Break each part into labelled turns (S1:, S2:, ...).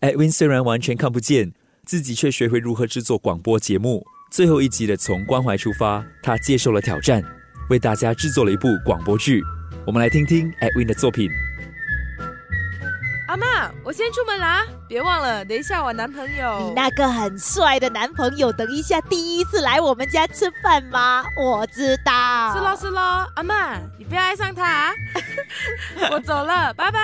S1: Edwin 虽然完全看不见，自己却学会如何制作广播节目。最后一集的《从关怀出发》，他接受了挑战，为大家制作了一部广播剧。我们来听听 Edwin 的作品。
S2: 阿妈，我先出门啦，别忘了，等一下我男朋
S3: 你
S2: 友。
S3: 那个很帅的男朋友，等一下第一次来我们家吃饭吗？我知道。
S2: 是喽是喽，阿妈，你不要爱上他、 啊。我走了，拜拜。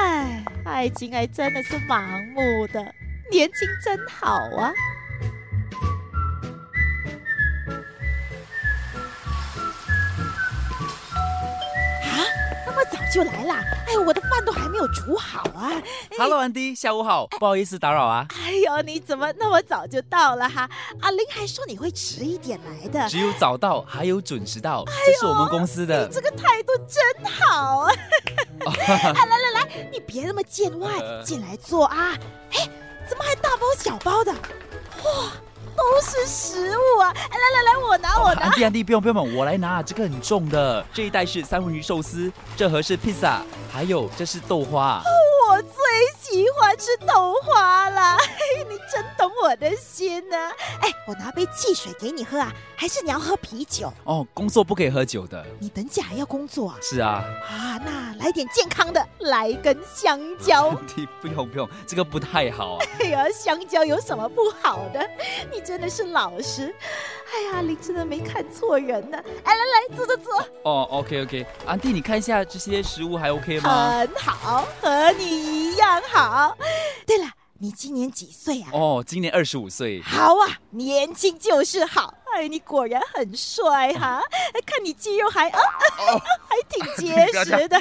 S3: 唉，爱情还真的是盲目的，年轻真好啊！啊，那么早就来啦？哎，我的饭都还没有煮好啊！
S4: Hello，安迪，下午好，不好意思打扰啊。
S3: 哎呦，你怎么那么早就到了哈？阿玲还说你会迟一点来的，
S4: 只有早到，还有准时到，这是我们公司的
S3: 你。这个态度真好 啊！哎，来来来，你别那么见外，
S4: 呃
S3: 进来坐啊！哎，怎么还大包小包的？哇，都是食物啊！哎，来来来，我拿我拿。
S4: 安迪，安迪，不用不用，我来拿，这个很重的。这一袋是三文鱼寿司，这盒是披萨，还有这是豆花。
S3: 我最喜欢吃豆花了，嘿你真懂我的心呢、哎，我拿杯汽水给你喝啊，还是你要喝啤酒？
S4: 哦，工作不可以喝酒的。
S3: 你等下还要工作啊？
S4: 是啊，
S3: 啊，那来点健康的，来一根香蕉。
S4: 安迪，不用不用，这个不太好啊。
S3: 哎呀，香蕉有什么不好的？你真的是老实。哎呀，林真的没看错人呢、哎，来来，坐坐坐，
S4: 哦，OK OK，安迪，你看一下这些食物还 OK 吗？
S3: 很好，和你一样好。对了，你今年几岁啊？
S4: 哦，今年二十五岁。
S3: 好啊，年轻就是好。哎，你果然很帅哈、哎看你肌肉还啊，
S4: 哦
S3: 还挺结 实的，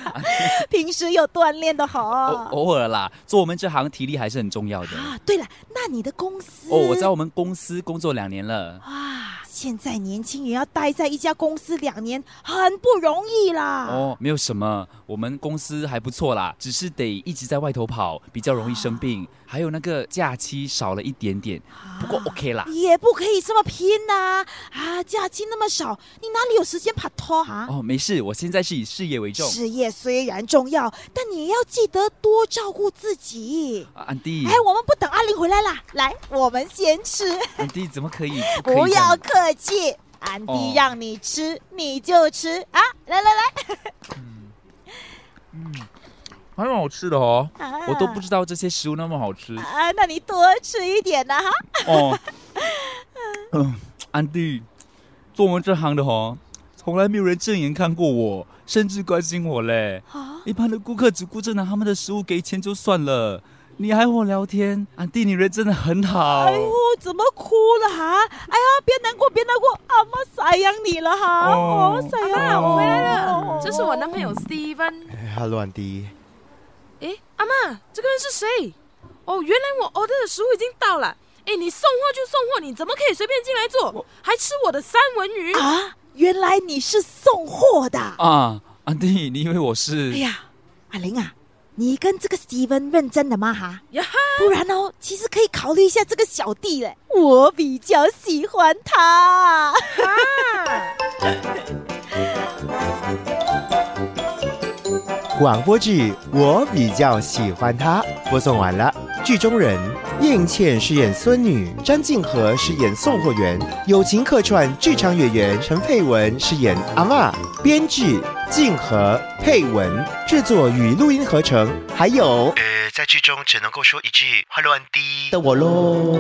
S3: 平时有锻炼的好。
S4: 偶偶尔啦，做我们这行体力还是很重哦要的。
S3: 啊，对了，那你的公司
S4: 哦，我在我们公司工作两年了。
S3: 哇，现在年轻人要待在一家公司两年很不容易啦。
S4: 哦，没有什么，我们公司还不错啦，只是得一直在外头跑，比较容易生病，还有那个假期少了一点点，不过 OK 啦。
S3: 也不可以这么拼呐、啊！假期那么少，你哪里有时间拍拖啊？
S4: 哦，没事，我现在是以事业为重。
S3: 事业虽然重要，但你也要记得多照顾自己。
S4: 啊安迪，
S3: 哎，我们不等阿玲回来啦，来，我们先吃，
S4: 安迪怎么可以？可以
S3: 不
S4: 这样
S3: 要客气。安
S4: 哦
S3: 迪让你吃，你就吃啊！来来来，
S5: 还蛮好吃的哦。
S3: 啊
S4: 我都不知道这些食物那么好吃
S3: 啊，那你多吃一点呐、哈。
S4: 哦。嗯，安迪，做我们这行的哦，从来没有人正眼看过我，甚至关心我嘞。
S3: 啊，
S4: 一般的顾客只顾着拿他们的食物给钱就算了，你还和我聊天，安迪，你人真的很好。
S3: 哎呦，怎么哭了哈？哎呀，别难过，别难过，阿妈赡养你了哈，
S4: 哦
S3: 我赡
S2: 阿
S3: 养
S2: 妈，我回来
S3: 哦
S2: 了，这是我男朋友 Steven。
S6: 哈喽，哎安迪，
S2: 诶，阿妈，这个人是谁？哦，原来我 order 的食物已经到了。诶，你送货就送货，你怎么可以随便进来做？还吃我的三文鱼？
S3: 啊，原来你是送货的。
S4: 啊，安迪，你以为我是？
S3: 哎呀，阿玲啊，你跟这个 Steven 认真的吗哈？
S2: 呀哈！
S3: 不然哦，其实可以考虑一下这个小弟嘞，我比较喜欢他。
S6: 广播剧我比较喜欢他播送完了。剧中人应倩饰演孙女，张静和饰演送货员，友情客串剧场演员陈佩文饰演阿嬷，编剧静和、佩文，制作与录音合成，还有呃，在剧中只能够说一句 “Hello，安迪”的我喽。